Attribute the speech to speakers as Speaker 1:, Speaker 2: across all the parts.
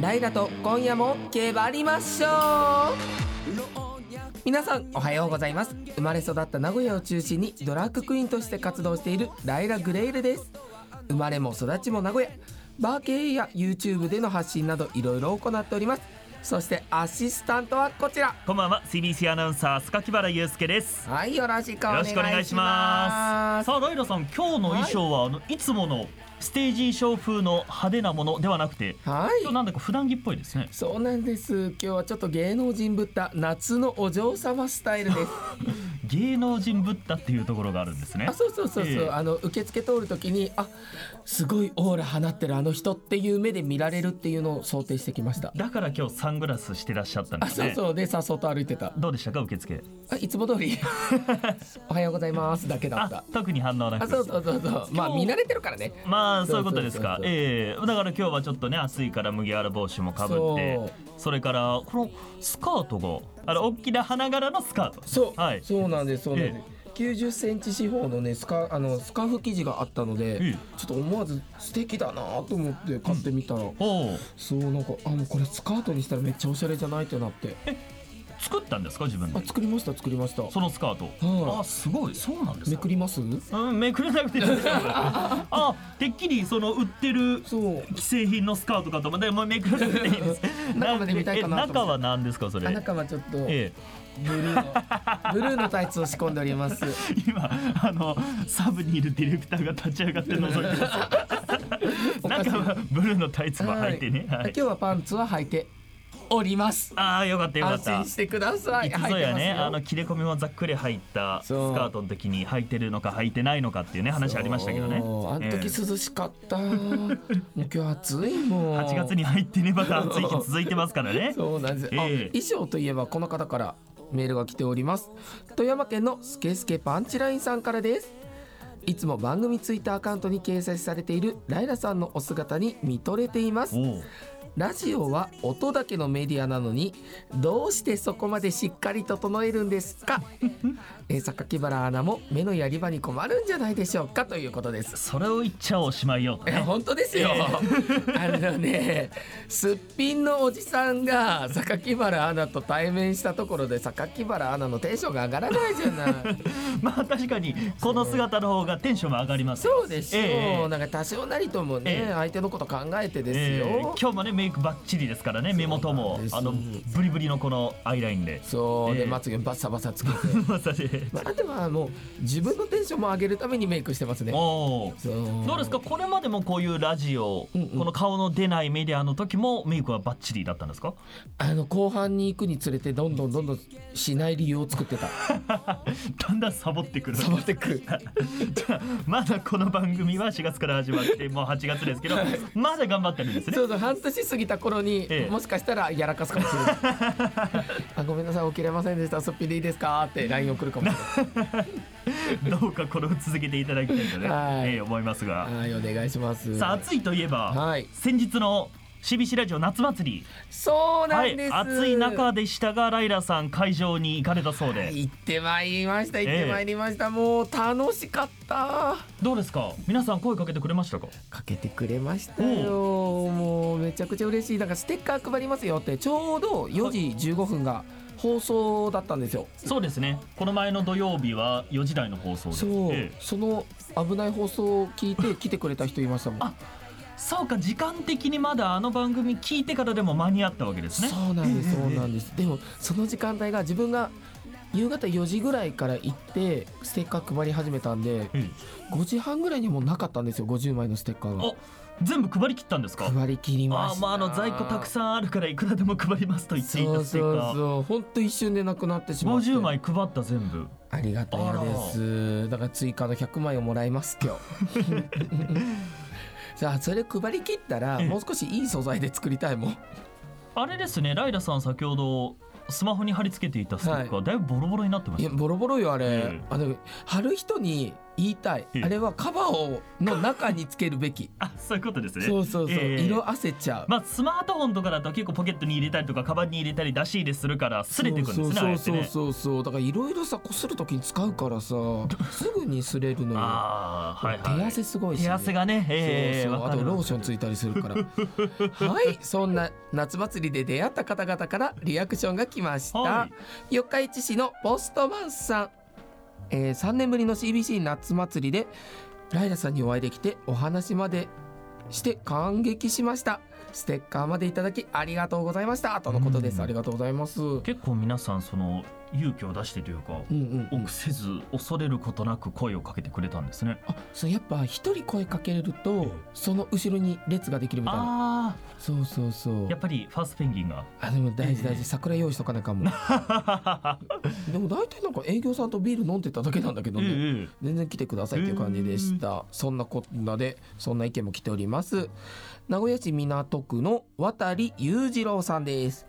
Speaker 1: ライラと今夜もけばりましょう皆さんおはようございます生まれ育った名古屋を中心にドラッグクイーンとして活動しているライラグレイルです生まれも育ちも名古屋バー系や YouTube での発信などいろいろ行っておりますそしてアシスタントはこちら
Speaker 2: こんばんは CBC アナウンサー塚木原祐介です
Speaker 1: はいよろしくお願
Speaker 2: よろ
Speaker 1: い
Speaker 2: し
Speaker 1: し
Speaker 2: くお願いしま
Speaker 1: ます
Speaker 2: すさあライラさん今日の衣装は、い、あのいつものステージ衣装風の派手なものではなくて
Speaker 1: はい
Speaker 2: 今日なんだか普段着っぽいですね
Speaker 1: そうなんです今日はちょっと芸能人ぶった夏のお嬢様スタイルです
Speaker 2: 芸能人ぶったっていうところがあるんですね
Speaker 1: あそうそうそうそう、
Speaker 2: ええ
Speaker 1: あの受付通るときにあすごいオーラ放ってるあの人っていう目で見られるっていうのを想定してきました
Speaker 2: だから今日サングラスしてらっしゃったんで
Speaker 1: あ
Speaker 2: す
Speaker 1: そう
Speaker 2: ね
Speaker 1: そうでさっそうと歩いてた
Speaker 2: どうでしたか受付
Speaker 1: あいつも通り おはようございますだけだった
Speaker 2: あ特に反応な
Speaker 1: あ
Speaker 2: く
Speaker 1: そうそうそうそうまあ
Speaker 2: 今日
Speaker 1: 見慣れてるからね
Speaker 2: まあそういうことですか
Speaker 1: そうそうそうそう
Speaker 2: ええだから今日はちょっとね暑いから麦わら帽子もかぶって
Speaker 1: そう
Speaker 2: それからこのスカートがあの大きな花柄のスカート
Speaker 1: そう、
Speaker 2: はい
Speaker 1: そうなんですそうなんです、
Speaker 2: え
Speaker 1: 90センチ四方のねスカあのスカーフ生地があったので、
Speaker 2: ええ
Speaker 1: ちょっと思わず素敵だなと思って買ってみたら、
Speaker 2: おお
Speaker 1: そうなんかあもうこれスカートにしたらめっちゃおしゃれじゃないってなって
Speaker 2: 作ったんですか自分
Speaker 1: あ
Speaker 2: で
Speaker 1: 作りました作りました
Speaker 2: そのスカート、
Speaker 1: はい
Speaker 2: あすごいそうなんです
Speaker 1: め
Speaker 2: か
Speaker 1: くります
Speaker 2: うんめくれなくていいですよあてっきりその売ってる
Speaker 1: そう
Speaker 2: 既製品のスカートかと思ってもうめくれなくていいです
Speaker 1: 中まで見たいかなと思って
Speaker 2: んでえ中は何ですかそれ
Speaker 1: あ中はちょっとブル
Speaker 2: ええ
Speaker 1: ー のブルーのタイツを仕込んでおります
Speaker 2: 今あのサブにいるディレクターが立ち上がって覗いてます
Speaker 1: おかしい
Speaker 2: 中はブルーのタイツも履いてね、
Speaker 1: は
Speaker 2: はい
Speaker 1: 今日はパンツは履いております
Speaker 2: ああよかったよか
Speaker 1: 安
Speaker 2: った
Speaker 1: 心してください
Speaker 2: いつぞやねあ
Speaker 1: 履
Speaker 2: の
Speaker 1: いて
Speaker 2: 切れ込みもざっくり入ったスカ
Speaker 1: そう
Speaker 2: ートの時に履いてるのか履いてないのかっていうね
Speaker 1: ますよ
Speaker 2: 話ありましたけどね
Speaker 1: そうあの
Speaker 2: ええ
Speaker 1: 時涼しか った、もう今日暑いもん
Speaker 2: 8月に入ってねまた暑い日続いてますからね
Speaker 1: そうなんです、あ
Speaker 2: ええ
Speaker 1: 衣装といえばこの方からメールが来ております富山県のスケスケパンチラインさんからですいつも番組ツイッターアカウントに掲載されているライラさんのお姿に見とれています
Speaker 2: おう
Speaker 1: ラジオは音だけのメディアなのにどうしてそこまでしっかり整えるんです かえー榊原アナも目のやり場に困るんじゃないでしょうかということです。
Speaker 2: それを言っちゃおしまいよと
Speaker 1: いや
Speaker 2: ね
Speaker 1: 本当ですよ、あのねすっぴんのおじさんが榊原アナと対面したところで榊原アナのテンションが上がらないじゃない
Speaker 2: まあ確かにこの姿の方がテンションは上がりますよ
Speaker 1: そうでしょう、
Speaker 2: ええ
Speaker 1: なんか多少なりともね、
Speaker 2: ええ
Speaker 1: 相手のこと考えてですよ、
Speaker 2: えー今日もねメイクバッチリですからね目元
Speaker 1: そうな
Speaker 2: も
Speaker 1: んです
Speaker 2: あのブリブリのこのアイライ ンで
Speaker 1: そうで、
Speaker 2: ええ
Speaker 1: まつげバッサバサつけて
Speaker 2: まさに
Speaker 1: まあでもあの自分のテンションも上げるためにメイクしてますね。
Speaker 2: おー
Speaker 1: そう
Speaker 2: どうですかこれまでもこういうラジオ、
Speaker 1: うんうん
Speaker 2: この顔の出ないメディアの時もメイクはバッチリだったんですか
Speaker 1: あの後半に行くにつれてどんどんどんどんしない理由を作って た。
Speaker 2: だんだんサボってくる
Speaker 1: サボってく。
Speaker 2: じゃあ まだこの番組は4月から始まってもう8月ですけどまだ頑張ってるん ですね
Speaker 1: そうそう半年過ぎた頃に、
Speaker 2: ええ
Speaker 1: もしかしたらやらかすかもしれ ない。あごめんなさい起きれませんでした。すっぴんでいいですかってライン送るかもし
Speaker 2: どうかこれを続けていただきたいとね、
Speaker 1: はい
Speaker 2: ええ思います
Speaker 1: れ
Speaker 2: が、
Speaker 1: ない。はいお願いします。
Speaker 2: さあ暑いといえば、
Speaker 1: はい
Speaker 2: 先日の CBC ラジオ夏祭り
Speaker 1: そうな
Speaker 2: は
Speaker 1: んで
Speaker 2: い、
Speaker 1: す。
Speaker 2: 暑い中でしたがライラさん会場に行かれたそうで、
Speaker 1: 行ってまいりました行ってまいりました、もう楽しかった。
Speaker 2: どうですか皆さん声かけてくれましたか
Speaker 1: かけてくれましたよ、もうめちゃくちゃ嬉しいだからステッカー配りますよってちょうど4時15分が放送だったんですよ、
Speaker 2: そうですねこの前の土曜日は4時台の放送で
Speaker 1: そう、
Speaker 2: ええ
Speaker 1: その危ない放送を聞いて 来てくれた人いましたもん
Speaker 2: あそうか時間的にまだあの番組聞いてからでも間に合ったわけですね
Speaker 1: そうなんですそうなんです、でもその時間帯が自分が夕方4時ぐらいから行ってステッカー配り始めたんで
Speaker 2: ええ
Speaker 1: 5時半ぐらいにはもうなかったんですよ50枚のステッカー
Speaker 2: お全部配り切ったんですか
Speaker 1: が配り切りま
Speaker 2: あ
Speaker 1: し
Speaker 2: あ
Speaker 1: た
Speaker 2: まああの在庫たくさんあるからいくらでも配りますと言ってい
Speaker 1: そ
Speaker 2: た
Speaker 1: う
Speaker 2: ステッ
Speaker 1: そう
Speaker 2: カー
Speaker 1: そうほんと一瞬でなくなってしまって
Speaker 2: 50枚配った全部
Speaker 1: ありがたいです。だから追加の100枚をもらいます今日。 さあそれ配り切ったら
Speaker 2: ええ
Speaker 1: もう少しいい素材で作りたいもん。
Speaker 2: あれですねライラさん先ほどスマホに貼り付けていたステッカー、
Speaker 1: は
Speaker 2: だいぶボロボロになってま
Speaker 1: い
Speaker 2: し
Speaker 1: や
Speaker 2: た
Speaker 1: ボロボロよあれ。
Speaker 2: ええ
Speaker 1: あの貼る人に言いたい
Speaker 2: ええ
Speaker 1: あれはカバーをの中につけるべき
Speaker 2: あそういうことですね
Speaker 1: そうそうそう、
Speaker 2: ええ
Speaker 1: 色あせちゃう、
Speaker 2: まあスマートフォンとかだと結構ポケットに入れたりとかカバンに入れたり出し入れするから擦れていくんですねああ
Speaker 1: そ
Speaker 2: や
Speaker 1: う
Speaker 2: っ
Speaker 1: そ
Speaker 2: て
Speaker 1: うそう
Speaker 2: ね
Speaker 1: そうそうだからいろいろさこするときに使うからさすぐに擦れるのよ
Speaker 2: ああはいはい
Speaker 1: 手汗すごいし、
Speaker 2: 手汗がねええ
Speaker 1: そうそう
Speaker 2: わ
Speaker 1: あ
Speaker 2: か
Speaker 1: と
Speaker 2: る
Speaker 1: ローションついたりするから はいそんな夏祭りで出会った方々からリアクションが来ました、
Speaker 2: は
Speaker 1: 四日市市のポストマンさん、え3年ぶりの CBC 夏祭りでライラさんにお会いできてお話までして感激しましたステッカーまでいただきありがとうございましたとのことで
Speaker 2: う
Speaker 1: す
Speaker 2: ん
Speaker 1: ありがとうございますうん
Speaker 2: 結構皆さんその勇気を出してというか
Speaker 1: うんうん
Speaker 2: 臆せず恐れることなく声をかけてくれたんですね
Speaker 1: あそうやっぱ一人声かけれるとその後ろに列ができるみたいな
Speaker 2: あ
Speaker 1: そうそうそう
Speaker 2: あやっぱりファーストペンギンが
Speaker 1: あでも大事
Speaker 2: ええ
Speaker 1: 大事桜用意しとかないか もでも大体なんか営業さんとビール飲んでただけなんだけどね、
Speaker 2: ええ
Speaker 1: 全然来てくださいっていう感じでした、そんなこんなでそんな意見も来ております名古屋市港区の渡利裕次郎さんです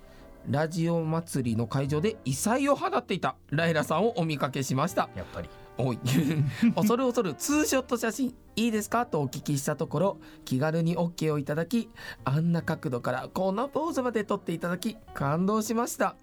Speaker 1: ラジオ祭りの会場で異彩を放っていたライラさんをお見かけしました
Speaker 2: やっぱり
Speaker 1: おい 恐る恐るツーショット写真いいですかとお聞きしたところ気軽に OK をいただきあんな角度からこんなポーズまで撮っていただき感動しました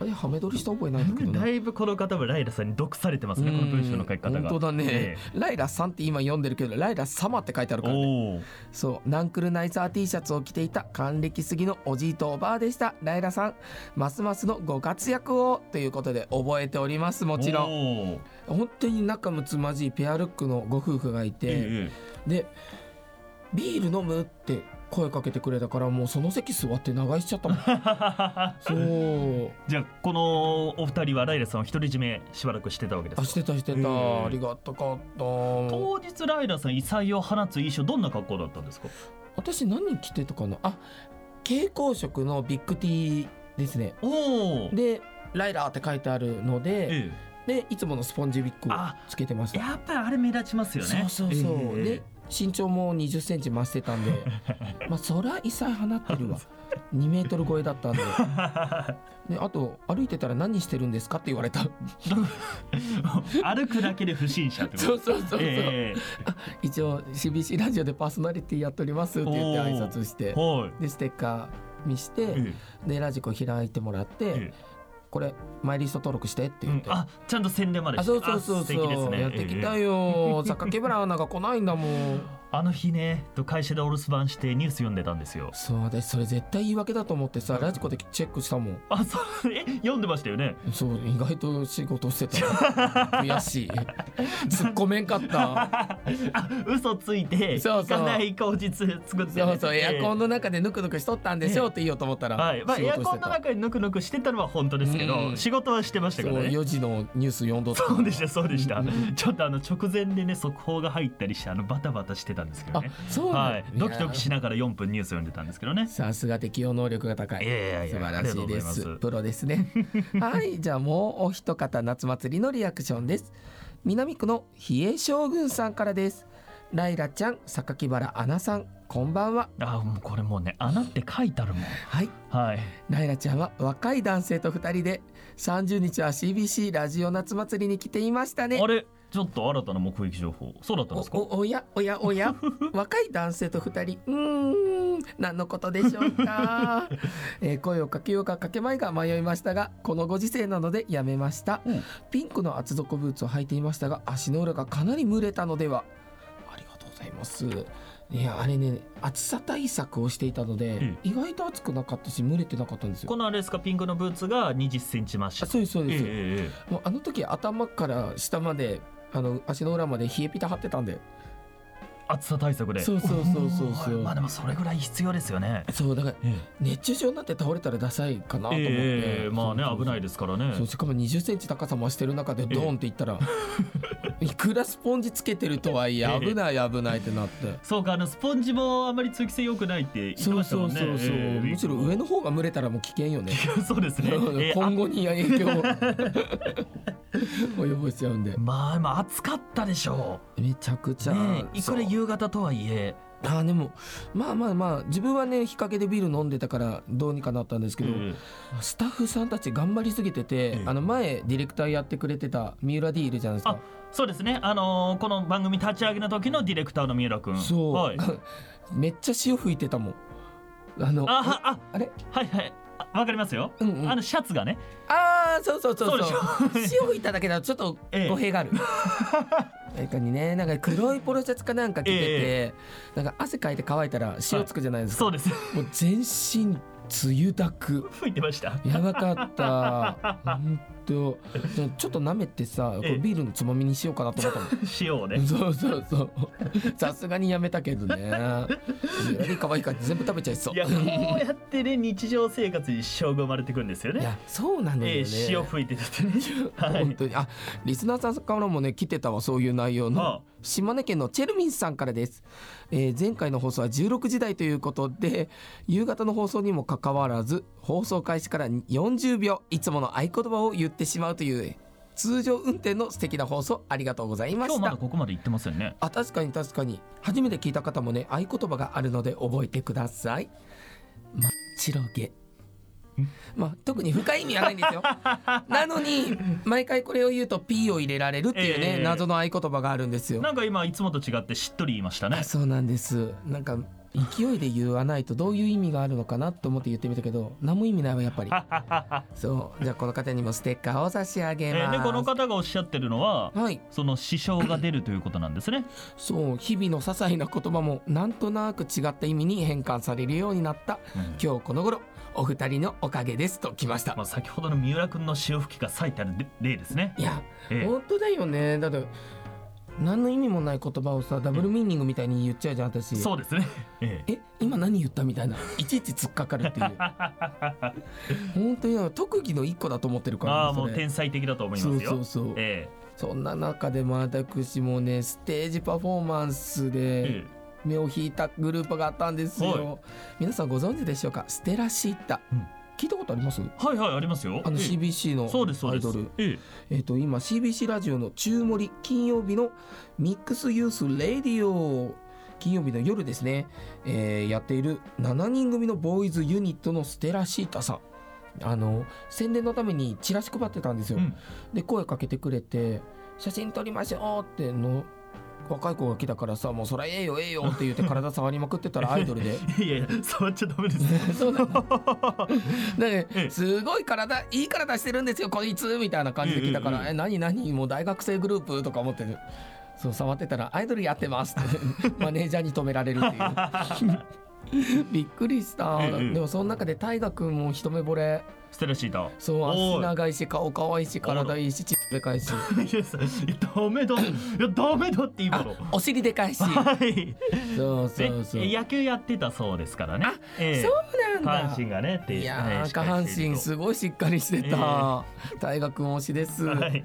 Speaker 1: あれハメ撮りした覚えないんだけど
Speaker 2: だ
Speaker 1: ね
Speaker 2: いぶこの方もライラさんに毒されてますねこの文章の書き方
Speaker 1: うん
Speaker 2: が
Speaker 1: 本当だね、
Speaker 2: え
Speaker 1: ライラさんって今読んでるけどライラ様って書いてある
Speaker 2: え
Speaker 1: から、ね、
Speaker 2: おお
Speaker 1: そうナンクルナイザー T シャツを着ていた還暦すぎのおじいとおばあでしたライラさんますますのご活躍をということで覚えておりますもちろん
Speaker 2: ん
Speaker 1: 本当に仲睦まじいペアルックのご夫婦がいて、
Speaker 2: え
Speaker 1: でビール飲むって声かけてくれたからもうその席座って流しちゃった もんそう
Speaker 2: じゃあこのお二人はライラさんを独り占めしばらくしてたわけで
Speaker 1: あ
Speaker 2: す
Speaker 1: して
Speaker 2: か
Speaker 1: たしてた、
Speaker 2: うん
Speaker 1: ありがたかった
Speaker 2: 当日ライラさん異彩を放つ印象どんな格好だったんですか
Speaker 1: 私何着てたかなあ蛍光色のビッグ T ですね
Speaker 2: おお
Speaker 1: でライラーって書いてあるので、
Speaker 2: ええ
Speaker 1: でいつものスポンジビッグをつけてました
Speaker 2: やっぱりあれ目立ちますよね
Speaker 1: そうそうそう、
Speaker 2: ええ
Speaker 1: で身長も2 0ンチ増してたんでまあそりゃ異彩放ってるわ2メートル超えだったん でであと歩いてたら何してるんですかって言われた
Speaker 2: 歩くだけで不審者ってこと
Speaker 1: そうそうそうそう、
Speaker 2: え
Speaker 1: 一応 CBC ラジオでパーソナリティやっておりますって言って
Speaker 2: お
Speaker 1: 挨
Speaker 2: ー
Speaker 1: 拶して
Speaker 2: えはい
Speaker 1: でステッカー見して、
Speaker 2: え
Speaker 1: でラジコ開いてもらって、
Speaker 2: え
Speaker 1: これマイリスト登録してって
Speaker 2: えう
Speaker 1: 言っ
Speaker 2: ん
Speaker 1: て、
Speaker 2: あちゃんと宣伝まで
Speaker 1: あそうそうそう
Speaker 2: あ素
Speaker 1: そ
Speaker 2: 敵
Speaker 1: う、
Speaker 2: ですね
Speaker 1: やってきた
Speaker 2: ええ
Speaker 1: よ 榊原アナが来ないんだもん
Speaker 2: あの日ね会社でお留守番してニュース読んでたんですよ
Speaker 1: そう私それ絶対言い訳だと思ってさラジコでチェックしたもん
Speaker 2: あそう え読んでましたよね
Speaker 1: そう意外と仕事して た悔しい突っ込めんか った
Speaker 2: あ嘘ついて
Speaker 1: そうそう
Speaker 2: 行かない口実作ってね、
Speaker 1: そうそうエアコンの
Speaker 2: の、
Speaker 1: 中でぬくぬくしとったんでしょうって言おうと思ったら、
Speaker 2: はいまあ、エアコンの中にぬくぬくしてたのは本当ですけど、
Speaker 1: うん
Speaker 2: 仕事はしてました
Speaker 1: そ
Speaker 2: か
Speaker 1: う
Speaker 2: らね
Speaker 1: 4時のニュース読んどった
Speaker 2: そうでしたそうでした、
Speaker 1: うんうんうん
Speaker 2: ちょっとあの直前でね速報が入ったりしてあのバタバタしてたんですけど
Speaker 1: あ
Speaker 2: ね
Speaker 1: そうなんだ
Speaker 2: はい、ドキドキしながら4分ニュース読んでたんですけどね
Speaker 1: さすが適応能力が高い
Speaker 2: いやいやいや
Speaker 1: 素晴らしいで
Speaker 2: ありがとうご
Speaker 1: す
Speaker 2: ざいます
Speaker 1: プロです ねはいじゃあもうお一方夏祭りのリアクションです南区の比叡将軍さんからですライラちゃん榊原アナさんこんばんは
Speaker 2: あもうこれもうね穴って書いてあるもん
Speaker 1: はい
Speaker 2: はい
Speaker 1: ライラちゃんは若い男性と二人で30日は CBC ラジオ夏祭りに来ていましたね
Speaker 2: あれちょっと新たな目撃情報そうだったんですか
Speaker 1: おおおやおやお や若い男性と二人うーん何のことでしょう か、えー声をかけようかかけまいが迷いましたがこのご時世なのでやめました、
Speaker 2: うん
Speaker 1: ピンクの厚底ブーツを履いていましたが足の裏がかなり蒸れたのではありがとうございますいやあれね暑さ対策をしていたので、
Speaker 2: ん
Speaker 1: 意外と暑くなかったし蒸れてなかったんですよ
Speaker 2: このあれですかピンクのブーツが2 0センチ増し
Speaker 1: あそうですそう
Speaker 2: ええ
Speaker 1: です、
Speaker 2: ええ
Speaker 1: もうあの時頭から下まであの足の裏まで冷えピタ張ってたんで
Speaker 2: 暑さ対策で
Speaker 1: そうそうそうそうそう
Speaker 2: おーまあでもそれぐらい必要ですよね
Speaker 1: そうだから
Speaker 2: え
Speaker 1: 熱中症になって倒れたらダサいかなと思って、
Speaker 2: ええまあね
Speaker 1: そうそうそう
Speaker 2: 危ないですからね
Speaker 1: そうしかも2 0ンチ高さ増してる中でドーンっていったら、 いくらスポンジつけてるとはいえ
Speaker 2: ええ
Speaker 1: 危ない危ないってなって。
Speaker 2: そうかあのスポンジもあんまり通気性良くないって言って
Speaker 1: そ
Speaker 2: ま
Speaker 1: う
Speaker 2: した
Speaker 1: そ
Speaker 2: も
Speaker 1: うん
Speaker 2: ね
Speaker 1: そうそう、
Speaker 2: ええ
Speaker 1: むしろ上の方が蒸れたらもう危険よね
Speaker 2: そうで すね、ええあ
Speaker 1: 今後に影響を 及ぼしちゃうんで
Speaker 2: まあまあ暑かったでしょ
Speaker 1: めちゃくち
Speaker 2: う。
Speaker 1: ゃ、
Speaker 2: ねえ、いく
Speaker 1: そ
Speaker 2: ら
Speaker 1: う
Speaker 2: 夕方とはいえ、
Speaker 1: あーでもまあまあまあ自分はね日陰でビール飲んでたからどうにかなったんですけど、
Speaker 2: え
Speaker 1: スタッフさんたち頑張りすぎてて、
Speaker 2: え
Speaker 1: あの前ディレクターやってくれてた三浦 D いるじゃないですか
Speaker 2: あそうですね、あのーこの番組立ち上げの時のディレクターの三浦君
Speaker 1: そう、
Speaker 2: はい、
Speaker 1: めっちゃ潮吹いてたもんあの
Speaker 2: あはあ
Speaker 1: あれ
Speaker 2: はいはいあわかりますよ、
Speaker 1: うんうん
Speaker 2: あのシャツがね
Speaker 1: ああそうそうそうそう
Speaker 2: そうでし
Speaker 1: 潮吹いただけだとちょっと
Speaker 2: ええ
Speaker 1: 語弊がある、なんかにねなんか黒いポロシャツかなんか着てて、
Speaker 2: え
Speaker 1: なんか汗かいて乾いたら塩つくじゃないですか、
Speaker 2: そうです
Speaker 1: もう全身梅雨だく
Speaker 2: 吹いてました
Speaker 1: やばかった本当ちょっと舐めてさこ
Speaker 2: ええ
Speaker 1: れビールのつまみにしようかなと思ったもん
Speaker 2: 塩をね
Speaker 1: そうそうそうさすがにやめたけどねより可愛いから全部食べちゃいそう
Speaker 2: いやこうやってね日常生活に支障が生まれてくるんですよ
Speaker 1: い
Speaker 2: ね
Speaker 1: やそうなのよね、
Speaker 2: えー塩吹いてるって ねはい
Speaker 1: 本当にあリスナーさんからもね来てたわそういう内容の、
Speaker 2: はあ
Speaker 1: 島根県のチェルミンさんからです、えー前回の放送は16時台ということで夕方の放送にもかかわらず放送開始から40秒いつもの合言葉を言ってしまうという通常運転の素敵な放送ありがとうございま
Speaker 2: 今日
Speaker 1: し
Speaker 2: まだ
Speaker 1: た
Speaker 2: ここまで行ってますよね
Speaker 1: あ確かに確かに初めて聞いた方もね合言葉があるので覚えてくださいま白毛まあ特に深い意味はないん ですよなのに毎回これを言うと P を入れられるっていうね、
Speaker 2: ええ
Speaker 1: 謎の合言葉があるんですよ
Speaker 2: なんか今いつもと違ってしっとり言いました ね
Speaker 1: あそうなんですなんか勢いで言わないとどういう意味があるのかなと思って言ってみたけど何も意味ないわやっぱりそうじゃあこの方にもステッカーを差し上げ
Speaker 2: えー
Speaker 1: ます、
Speaker 2: でこの方がおっしゃってるのは
Speaker 1: はい
Speaker 2: その支障が出るということなんですね
Speaker 1: そう日々の些細な言葉もなんとなく違った意味に変換されるようになった、
Speaker 2: うん
Speaker 1: 今日この頃お二人のおかげですときました、
Speaker 2: まあ、先ほどの三浦君の潮吹きが最たる例ですね。
Speaker 1: いや、
Speaker 2: ええ
Speaker 1: 本当だよねだって何の意味もない言葉をさダブルミーニングみたいに言っちゃうじゃん私
Speaker 2: そうですね。ええ
Speaker 1: え今何言ったみたいないちいち突っかかる っていう本当に特技の一個だと思ってるから
Speaker 2: ああ
Speaker 1: ね
Speaker 2: もう
Speaker 1: それ
Speaker 2: 天才的だと思いますよ。
Speaker 1: そうそうそう
Speaker 2: え
Speaker 1: そんな中でも私もねステージパフォーマンス
Speaker 2: え
Speaker 1: で
Speaker 2: え
Speaker 1: 目を引いたグループがあったんですよ、
Speaker 2: は
Speaker 1: 皆さんご存知でしょうかステラシータ、
Speaker 2: うん
Speaker 1: 聞いたことあります
Speaker 2: えはいはいありますよ。
Speaker 1: あの
Speaker 2: ええ
Speaker 1: CBC の
Speaker 2: そうですそう
Speaker 1: ア
Speaker 2: で
Speaker 1: イ
Speaker 2: す
Speaker 1: ドル。
Speaker 2: ええ
Speaker 1: えっ、と今 CBC ラジオの中森金曜日のミックスユースレディオ金曜日の夜ですね、えーやっている7人組のボーイズユニットのステラシータさんあの宣伝のためにチラシ配ってたんですよ、
Speaker 2: うん
Speaker 1: で声かけてくれて「写真撮りましょう」っての若い子が来たからさ「もうそらええよええよ」って言って体触りまくってたらアイドルで
Speaker 2: いやいや触っちゃダメです。
Speaker 1: そうなんだだから
Speaker 2: ええ
Speaker 1: すごい体いい体してるんですよこいつみたいな感じで来たか
Speaker 2: ええ
Speaker 1: ら「
Speaker 2: ええ
Speaker 1: え何何もう大学生グループ?」とか思ってるそう触ってたら「アイドルやってます」って マネージャーに止められるっていう びっくりした、
Speaker 2: ええええ
Speaker 1: でもその中で大河君も一目惚れ
Speaker 2: ステラシータ。
Speaker 1: そう
Speaker 2: おい
Speaker 1: 足長いし顔可愛いし体いいしちっでかい し
Speaker 2: いやいやダメだ。いやダメだって今
Speaker 1: あ
Speaker 2: の。
Speaker 1: お尻でかいし
Speaker 2: はい。
Speaker 1: そう
Speaker 2: ね
Speaker 1: そうそう、
Speaker 2: 野球やってたそうですからね。ええ
Speaker 1: そうなんだ
Speaker 2: 下半身がねって
Speaker 1: いや
Speaker 2: は
Speaker 1: ー
Speaker 2: い
Speaker 1: 下半身すごいしっかりしてた、大河君推しです、
Speaker 2: はい。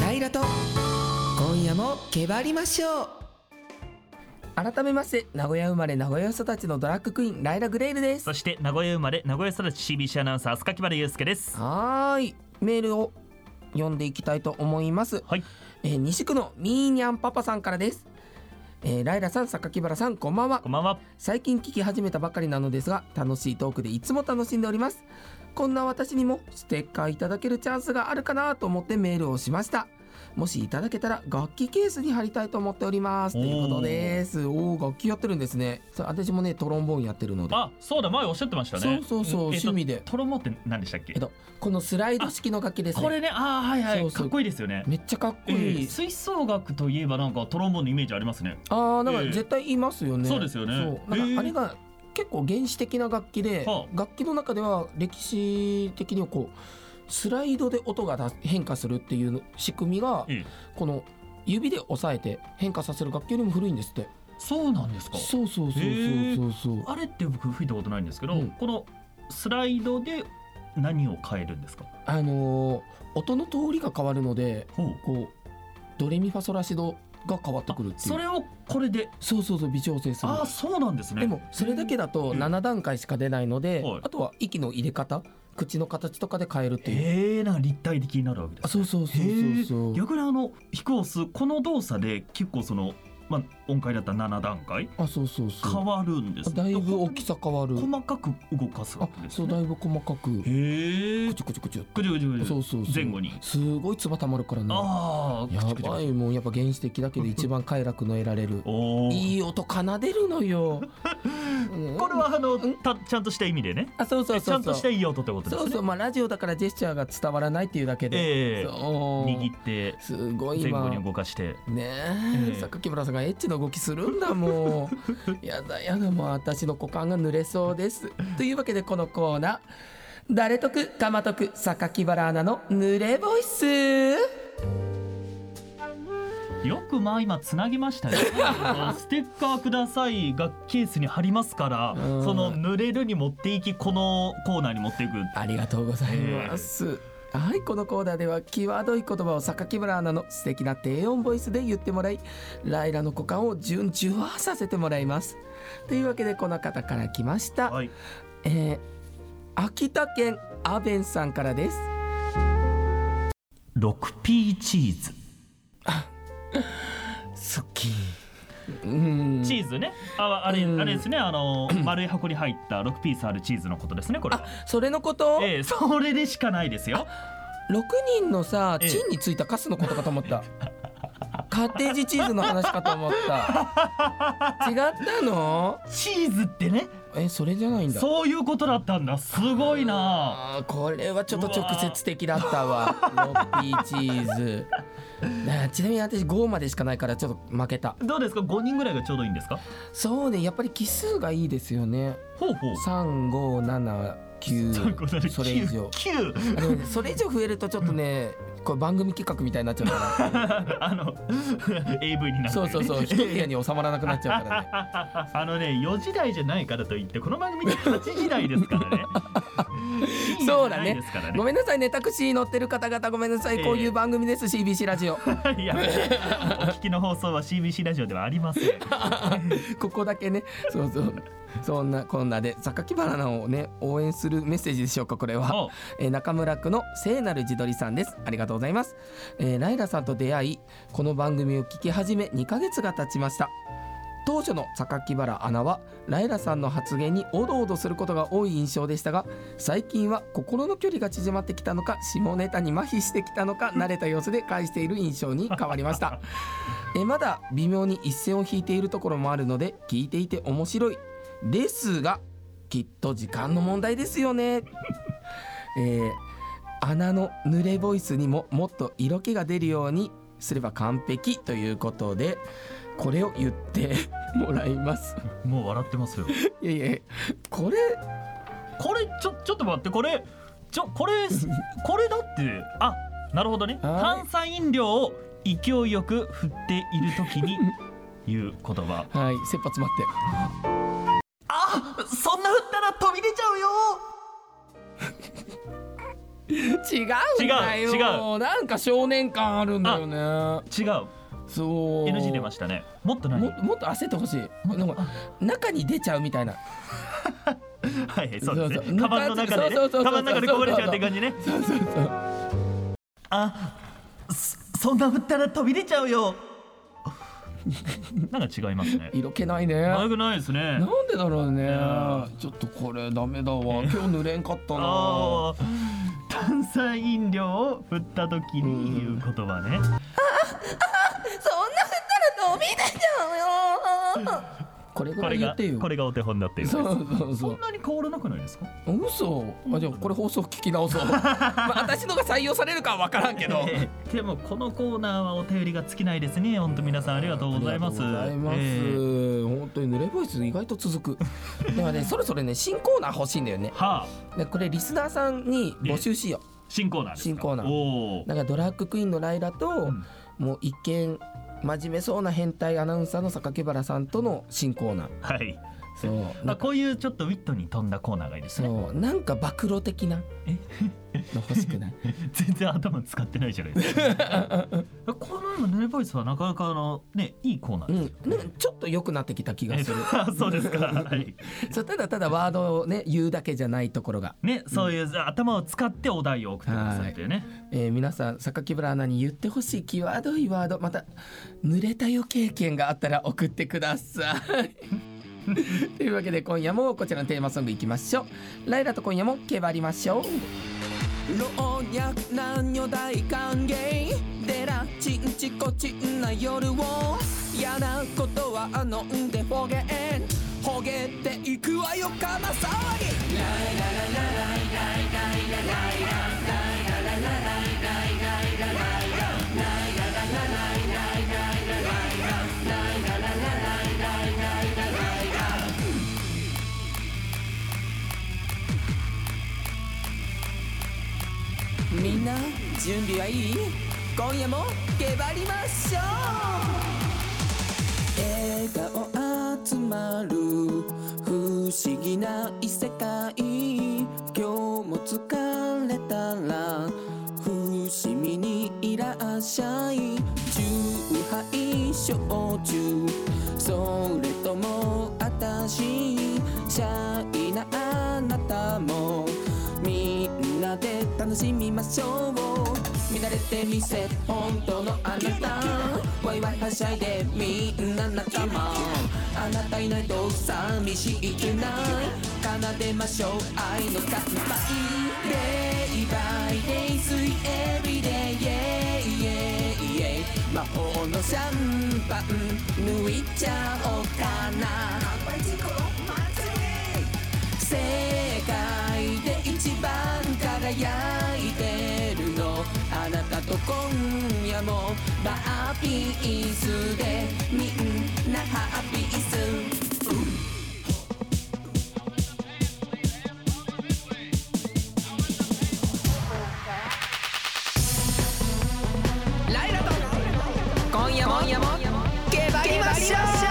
Speaker 1: ライラと今夜もけばりましょう改めまして名古屋生まれ名古屋育ちのドラッグクイーンライラグレイルです
Speaker 2: そ
Speaker 1: は
Speaker 2: して名古屋生まれ名古屋育ち CBC アナウンサー塚木原祐介です。
Speaker 1: ーいメールを読んでいきたいと思います、
Speaker 2: はい。
Speaker 1: えー、西区のミーニャンパパさんからです、えー、ライラさん榊原さんこんばんは
Speaker 2: こんばんは。
Speaker 1: 最近聞き始めたばかりなのですが楽しいトークでいつも楽しんでおりますこんな私にもステッカーいただけるチャンスがあるかなと思ってメールをしましたもしいただけたら楽器ケースに貼りたいと思っておりますということですおおー楽器やってるんですねそう私もねトロンボーンやってるので
Speaker 2: あ、そうだ前おっしゃってましたね。
Speaker 1: そうそうそうん
Speaker 2: えっ
Speaker 1: 趣
Speaker 2: と
Speaker 1: 味で
Speaker 2: トロモって何でしたっけ
Speaker 1: えっ？とこのスライド式の楽器ですね
Speaker 2: これね、あーはいはい
Speaker 1: そうそう
Speaker 2: かっこいいですよね。
Speaker 1: めっちゃかっこ
Speaker 2: え
Speaker 1: いい、
Speaker 2: ー吹奏楽といえばなんかトロンボーンのイメージありますね。
Speaker 1: あーなんか
Speaker 2: ええ
Speaker 1: 絶対言いますよね、
Speaker 2: そうですよね
Speaker 1: そうなんかあ
Speaker 2: え
Speaker 1: れ
Speaker 2: え
Speaker 1: が結構原始的な楽器で、
Speaker 2: は
Speaker 1: 楽器の中では歴史的にはこうスライドで音がだ変化するっていう仕組みが、
Speaker 2: ええ
Speaker 1: この指で押さえて変化させる楽器よりも古いんですって
Speaker 2: そうなんですか。
Speaker 1: そうそうそう
Speaker 2: へえ
Speaker 1: そうそうそう
Speaker 2: あれって僕吹いたことないんですけど、
Speaker 1: うん
Speaker 2: このスライドで何を変えるんですか。
Speaker 1: あのー音の通りが変わるので
Speaker 2: ほう。
Speaker 1: こうドレミファソラシドが変わってくるってい
Speaker 2: そうれをこれで
Speaker 1: そうそうそう微調整する
Speaker 2: ああそうなんですね
Speaker 1: でもそれだけだと
Speaker 2: うん
Speaker 1: 7段階しか出ないので、
Speaker 2: はい
Speaker 1: あとは息の入れ方口の形とかで変えるっていう、
Speaker 2: ええなんか立体的になるわけです
Speaker 1: あそうそうそう
Speaker 2: へえ
Speaker 1: そうそう
Speaker 2: 逆にあの飛行数この動作で結構その、まあ、音階だったら7段階
Speaker 1: あそうそうそう
Speaker 2: 変わるんですね
Speaker 1: だいぶ大きさ変わる
Speaker 2: 細かく動かすわ
Speaker 1: あ
Speaker 2: けです、
Speaker 1: そう
Speaker 2: ね、
Speaker 1: だいぶ細かく
Speaker 2: へえ
Speaker 1: くちゅくちゅくちゅ
Speaker 2: ぐじゅぐじゅぐじゅ
Speaker 1: そうそうそう
Speaker 2: 前後に
Speaker 1: すごい唾たまるからね
Speaker 2: ああ
Speaker 1: や
Speaker 2: ぐちゅぐちゅ
Speaker 1: ばいもんやっぱ原始的だけで一番快楽の得られる
Speaker 2: おお
Speaker 1: いい音奏でるのようん
Speaker 2: これはあの
Speaker 1: ん
Speaker 2: たちゃんとした意味でね
Speaker 1: あそうそう
Speaker 2: ちゃ
Speaker 1: そ
Speaker 2: ん
Speaker 1: う
Speaker 2: と
Speaker 1: そう
Speaker 2: したいい音ってことですね
Speaker 1: そうそうまあラジオだからジェスチャーが伝わらないっていうだけで、
Speaker 2: ええ
Speaker 1: そう
Speaker 2: 握って
Speaker 1: すごい
Speaker 2: 前後
Speaker 1: 今
Speaker 2: に動かして
Speaker 1: ね
Speaker 2: ええ
Speaker 1: え榊村さんがエッチの動きするんだも うやだやだもう私の股間が濡れそうですというわけでこのコーナー「誰得かま得榊原アナの濡れボイス」
Speaker 2: よくまあ今つなぎ ましたねあのステッカーくださいがケースに貼りますから
Speaker 1: うん
Speaker 2: その濡れるに持っていきこのコーナーに持っていく
Speaker 1: ありがとうございます。はいこのコーナーでは際どい言葉を榊村アナの素敵な低音ボイスで言ってもらいライラの股間をじゅんじゅわさせてもらいますというわけでこの方から来ました、
Speaker 2: はい
Speaker 1: えー秋田県アベンさんからです
Speaker 2: 6P チーズ
Speaker 1: 好きうん
Speaker 2: チーズねああれ
Speaker 1: うん
Speaker 2: あれですねあ の丸い箱に入った6ピースあるチーズのことですねこれ
Speaker 1: あそれのこと、
Speaker 2: ええそれでしかないですよ
Speaker 1: 6人のさ
Speaker 2: ええ
Speaker 1: チンについたカスのことかと思 った、カッテージチーズの話かと思った違ったの
Speaker 2: チーズってね
Speaker 1: えそれじゃないんだ
Speaker 2: そういうことだったんだすごいな
Speaker 1: あーこれはちょっと直接的だった わロッピーチーズねちなみに私5までしかないからちょっと負けた
Speaker 2: どうですか5人ぐらいがちょうどいいんですか
Speaker 1: そうねやっぱり奇数がいいですよね
Speaker 2: ほうほうそういうことで
Speaker 1: 3579それ以上
Speaker 2: 9
Speaker 1: あでもねそれ以上増えるとちょっとねこれ番組企画みたいになっちゃうから
Speaker 2: あの AV にな ってるね
Speaker 1: そうそうそう一部屋に収まらなくなっちゃう からね
Speaker 2: あのね4時台じゃないからといってこの番組って8時台ですからね
Speaker 1: そうだ
Speaker 2: いい時代
Speaker 1: ね
Speaker 2: ですから
Speaker 1: ごめんなさいねタクシー乗ってる方々ごめんなさい、
Speaker 2: ええ
Speaker 1: こういう番組です CBC ラ ジオ
Speaker 2: いやお聞きの放送は CBC ラジオではありません
Speaker 1: ここだけねそうそうそんなこんなで榊原をね応援するメッセージでしょうかこれは
Speaker 2: お
Speaker 1: えー中村区の聖なる自撮りさんですありがとうございます、えーライラさんと出会いこの番組を聞き始め2ヶ月が経ちました当初の榊原アナはライラさんの発言におどおどすることが多い印象でしたが最近は心の距離が縮まってきたのか下ネタに麻痺してきたのか慣れた様子で返している印象に変わりました えーまだ微妙に一線を引いているところもあるので聞いていて面白いですがきっと時間の問題ですよねえー穴の濡れボイスにももっと色気が出るようにすれば完璧ということでこれを言って もらいます
Speaker 2: もう笑ってますよ
Speaker 1: いやいやこれ
Speaker 2: これちょちょっと待ってこれちょこれこれだってあなるほどね
Speaker 1: はい
Speaker 2: 炭酸飲料を勢いよく振っている時に言う言葉
Speaker 1: はい切羽詰まっ
Speaker 2: あそんな振ったら飛び出ちゃうよ
Speaker 1: て違うんだよ
Speaker 2: 違う
Speaker 1: なんか少年感あるんだよね
Speaker 2: 違う
Speaker 1: そう
Speaker 2: NG 出ましたねもっと何
Speaker 1: ももっと焦ってほしいなんか中に出ちゃうみたいな
Speaker 2: はいはい、そうで
Speaker 1: そう
Speaker 2: す
Speaker 1: そう
Speaker 2: ね。カバンの中で
Speaker 1: そうそ
Speaker 2: ね、
Speaker 1: うそうそう
Speaker 2: カバンの中でこぼれちゃうって感じね。
Speaker 1: そうそうそう
Speaker 2: あ、そそんな振ったら飛び出ちゃうよ。 なんか違いますね。
Speaker 1: 色気ないね
Speaker 2: 悪くないですね
Speaker 1: な。んでだろうね
Speaker 2: や
Speaker 1: ちょっとこれダメだわ今日濡れんかったな
Speaker 2: ああ、炭酸飲料を振った時に言う言葉ね。
Speaker 3: そんな振ったら飛び出ちゃうよ
Speaker 1: これぐ
Speaker 2: こ
Speaker 1: ら
Speaker 2: れ
Speaker 1: い言
Speaker 2: が
Speaker 1: ってよ
Speaker 2: これがお手本だっていう。
Speaker 1: そ
Speaker 2: そう
Speaker 1: そうそ
Speaker 2: んなに変わらなくないですか。
Speaker 1: う。嘘。あじゃあこれ放送聞き 直そう。まあ私のが採用されるかはわからんけど。
Speaker 2: ええでもこのコーナーはお便りが尽きないですね。本当皆さんありがとうございます。
Speaker 1: ありがとうございます。
Speaker 2: ええ
Speaker 1: 本当に濡れボイス意外と続く。ではね、そろそろね新コーナー欲しいんだよね。
Speaker 2: はあ、
Speaker 1: でこれリスナーさんに募集しよ
Speaker 2: 新コーナーですか。
Speaker 1: 新コーナー
Speaker 2: おお
Speaker 1: う。。なんかドラッグクイーンのライラと、
Speaker 2: ん
Speaker 1: もう一見真面目そうな変態アナウンサーの榊原さんとの新コーナー。
Speaker 2: はい。
Speaker 1: そう。
Speaker 2: ま
Speaker 1: な
Speaker 2: あ、こういうちょっとウィットに飛んだコーナーがいいですね。
Speaker 1: そうなんか暴露的な
Speaker 2: え
Speaker 1: の欲しくない
Speaker 2: 全然頭使ってないじゃないで すかこの今ヌルボイスはなかなかあのねいいコーナー
Speaker 1: う
Speaker 2: で
Speaker 1: んなんかちょっと良くなってきた気が
Speaker 2: す
Speaker 1: す
Speaker 2: よ、
Speaker 1: る
Speaker 2: え そうで すか、はい、
Speaker 1: そうただただワードをね言うだけじゃないところが、
Speaker 2: ねそういう頭を使ってお題を送ってくださいっていうね
Speaker 1: えー皆さん榊原アナに言ってほしい際どいワードまた濡れたよ経験があったら送ってください というわけで今夜もこちらのテーマソングいきましょうライラと今夜も競馬りましょう
Speaker 4: 老若男女大歓迎でらちんちこちんな夜をやなことは飲んでほげんほげていくわよかな騒ぎみんな準備はいい今夜もけばりましょう笑顔集まる不思議な異世界今日も疲れたら伏見にいらっしゃい酎ハイ焼酎それともあたしシャイなあなたもみんなで楽しみましょう乱れてみせ本当のあなたワイワイはしゃいでみんな仲間あなたいないと寂しいけない奏でましょう愛の乾杯 Day by day sweet every day yeah yeah yeah 魔法のシャンパン抜いちゃおうかな世界で一番輝いてるのあなたと今夜もバーピースでみんなハッピースライラと今夜も今夜もけばりましょう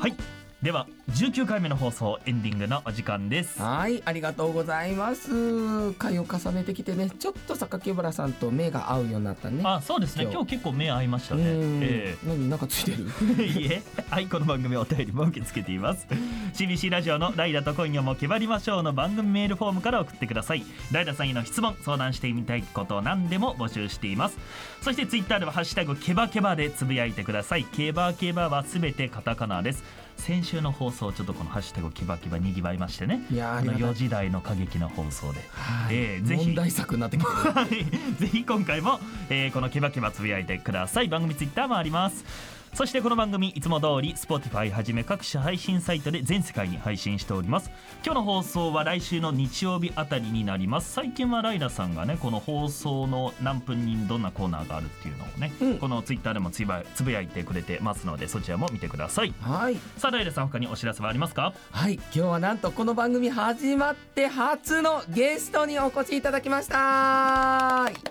Speaker 2: はいでは19回目の放送エンディングのお時間です
Speaker 1: はいありがとうございます回を重ねてきてねちょっと榊原さんと目が合うようになったね
Speaker 2: あそうですね
Speaker 1: 今日
Speaker 2: 今日結構目合いましたね
Speaker 1: うん
Speaker 2: ええ
Speaker 1: 何なんかついてる
Speaker 2: い いえはいこの番組お便りも受け付けています CBC ラジオの「ライダと今夜もけばりましょう」の番組メールフォームから送ってくださいライダさんへの質問相談してみたいこと何でも募集していますそしてツイッターでは「ハッシュタグけばけば」でつぶやいてくださいけばけばはすべてカタカナです先週の放送ちょっとこの「ハッシュタグけばけば」にぎわいましてね
Speaker 1: いやーあ
Speaker 2: あ
Speaker 1: りが
Speaker 2: の
Speaker 1: たい
Speaker 2: 4時台の過激な放送で
Speaker 1: はい
Speaker 2: ええぜひ
Speaker 1: 問題作になってきてる
Speaker 2: はいぜひ今回も、えーこのケバケバつぶやいてください番組ツイッターもありますそしてこの番組いつも通り Spotify はじめ各種配信サイトで全世界に配信しております今日の放送は来週の日曜日あたりになります最近はライラさんがねこの放送の何分にどんなコーナーがあるっていうのをね、
Speaker 1: うん
Speaker 2: このツイッターでもつぶやつぶやいてくれてますのでそちらも見てください
Speaker 1: はい
Speaker 2: さあライラさん他にお知らせはありますか
Speaker 1: はい今日はなんとこの番組始まって初のゲストにお越しいただきました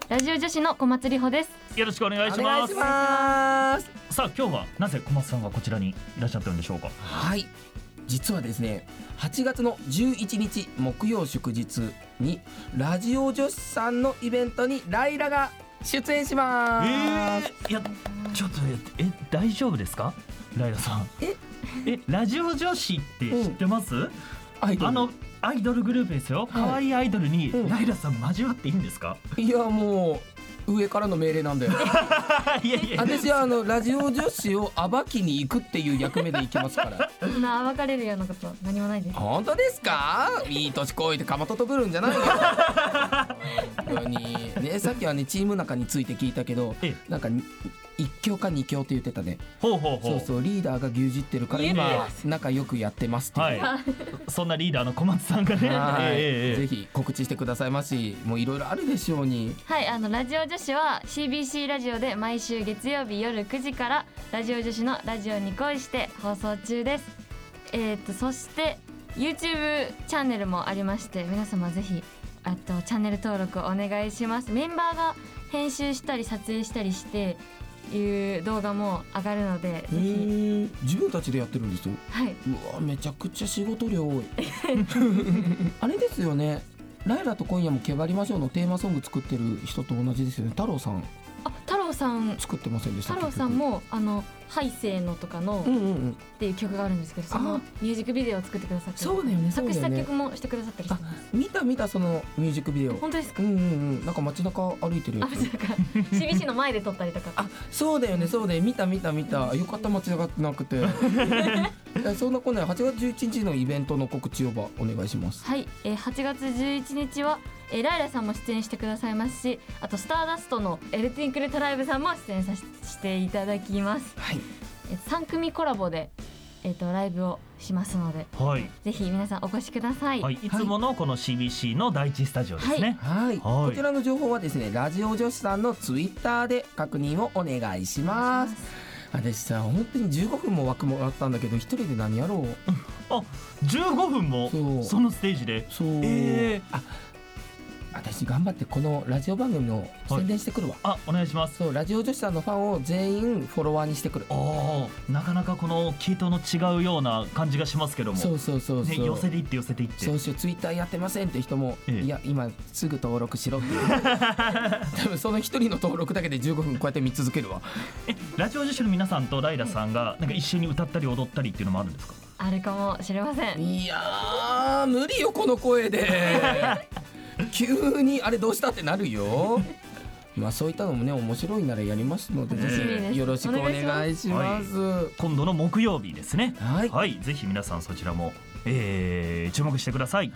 Speaker 5: ラジオ女子の小松里穂です。
Speaker 2: よろしくお願いし
Speaker 1: お願
Speaker 2: ま
Speaker 1: い
Speaker 2: す
Speaker 1: します
Speaker 2: さあ今日はなぜ小松さんがこちらにいらっしゃってるんでしょうか
Speaker 1: はい実はですね8月の11日木曜祝日にラジオ女子さんのイベントにライラが出演します、
Speaker 2: えー、いやちょっとねえ大丈夫ですかライラさん
Speaker 1: え
Speaker 2: えラジオ女子って知ってます、
Speaker 1: アイドル
Speaker 2: あのアイドルグループですよ
Speaker 1: はい
Speaker 2: 可愛いアイドルに
Speaker 1: うん
Speaker 2: ライラさん交わっていいんですか、
Speaker 1: いやもう上からの命令なん だよ
Speaker 2: いやいや
Speaker 1: 私はあのラジオ女子を暴きに行くっていう役目で行きますから
Speaker 5: そんな暴かれるようなこと何もないです。
Speaker 1: 本当ですかいい年こいてかまととぶるんじゃないよ本当にねさっきはねチーム中について聞いたけど
Speaker 2: え
Speaker 1: なんか一強か二強って言ってたね
Speaker 2: ほうほうほう
Speaker 1: そうそうリーダーが牛耳ってるから今仲良くやってますって。
Speaker 2: はいいう
Speaker 1: は
Speaker 2: そんなリーダーの小松さんがね、
Speaker 1: い
Speaker 2: ええ
Speaker 1: ぜ
Speaker 2: え
Speaker 1: ひ告知してくださいましもういろいろあるでしょうに
Speaker 5: はい、あのラジオ女子は CBC ラジオで毎週月曜日夜9時からラジオ女子のラジオに恋して放送中です。えっ、とそして YouTube チャンネルもありまして、皆様ぜひあとチャンネル登録お願いします。メンバーが編集したり撮影したりして。いう動画も上がるので、
Speaker 1: え
Speaker 5: ぜひ
Speaker 1: ー、自分たちでやってるんですよ
Speaker 5: はいう
Speaker 1: わめちゃくちゃ仕事量多い あれですよねライラと今夜もけばりましょうのテーマソング作ってる人と同じですよね太郎さん
Speaker 5: あ太郎さん
Speaker 1: 作ってませんでした
Speaker 5: 太郎さんもあのハイセイのとかの
Speaker 1: 結局うんうんうん
Speaker 5: っていう曲があるんですけど、そ
Speaker 1: あ
Speaker 5: のミュージックビデオを作ってくださって、
Speaker 1: そうだよねそう
Speaker 5: 作
Speaker 1: だ
Speaker 5: 詞
Speaker 1: よ
Speaker 5: 作
Speaker 1: ね
Speaker 5: 曲もしてくださったりしてます。
Speaker 1: 見た見たそのミュージックビデオ
Speaker 5: 本当ですか
Speaker 1: う？んうんうんなんか街中歩いてるや
Speaker 5: あ、
Speaker 1: つ
Speaker 5: なんか CBC の前で撮ったりとか。
Speaker 1: あそうだよねそうだよ見た見た見たよかった間違ってなく てえそんなこんなで8月11日のイベントの告知をばお願いします
Speaker 5: はい、えー、8月11日は、えーライラさんも出演してくださいますしあとスターダストのエルティンクルトライブさんも出演さししていただきます、
Speaker 1: はい
Speaker 5: えー、3組コラボで、えー、とライブをしますので
Speaker 2: はい、
Speaker 5: ぜひ皆さんお越しください、
Speaker 2: はい、いつものこの CBC の第一スタジオですね、
Speaker 1: はい
Speaker 2: はい
Speaker 1: こちらの情報はですねラジオ女子さんのツイッターで確認をお願いします私さ本当に15分も枠もらったんだけど一人で何やろう
Speaker 2: 15分も
Speaker 1: そう
Speaker 2: そのステージで
Speaker 1: そう、
Speaker 2: えー
Speaker 1: あ私頑張ってこのラジオ番組の宣伝してくるわ、
Speaker 2: あお願いします
Speaker 1: そうラジオ女子さんのファンを全員フォロワーにしてくる
Speaker 2: おーなかなかこの系統の違うような感じがしますけども
Speaker 1: そうそうそうそう、
Speaker 2: ね、寄せていって寄せていって
Speaker 1: そうしようツイッターやってませんって人も、
Speaker 2: ええ
Speaker 1: いや今すぐ登録しろって 多分その一人の登録だけで15分こうやって見続けるわ
Speaker 2: えラジオ受賞の皆さんとライラさんがなんか一緒に歌ったり踊ったりっていうのもあるんですか
Speaker 5: あるかもしれません
Speaker 1: いやー無理よこの声 で急にあれどうしたってなるよまあそういったのもね面白いならやりますので
Speaker 2: 楽しみ
Speaker 5: です
Speaker 1: よろしくお願いします
Speaker 2: 今度の木曜日ですね
Speaker 1: はいは
Speaker 2: はいぜひ皆さんそちらも、えー注目してください
Speaker 1: い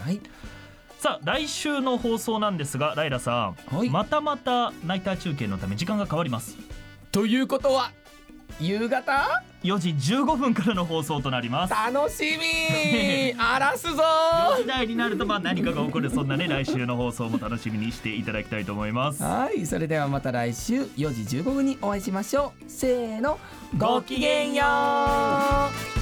Speaker 2: さあ来週の放送なんですがライラさん、
Speaker 1: はい
Speaker 2: またまたナイター中継のため時間が変わります
Speaker 1: ということは夕方
Speaker 2: 4時15分からの放送となります
Speaker 1: 楽し み荒らすぞ
Speaker 2: 4時台になるとまあ何かが起こるそんなね来週の放送も楽しみにしていただきたいと思います
Speaker 1: はいそれではまた来週4時15分にお会いしましょうせーのごきげんよう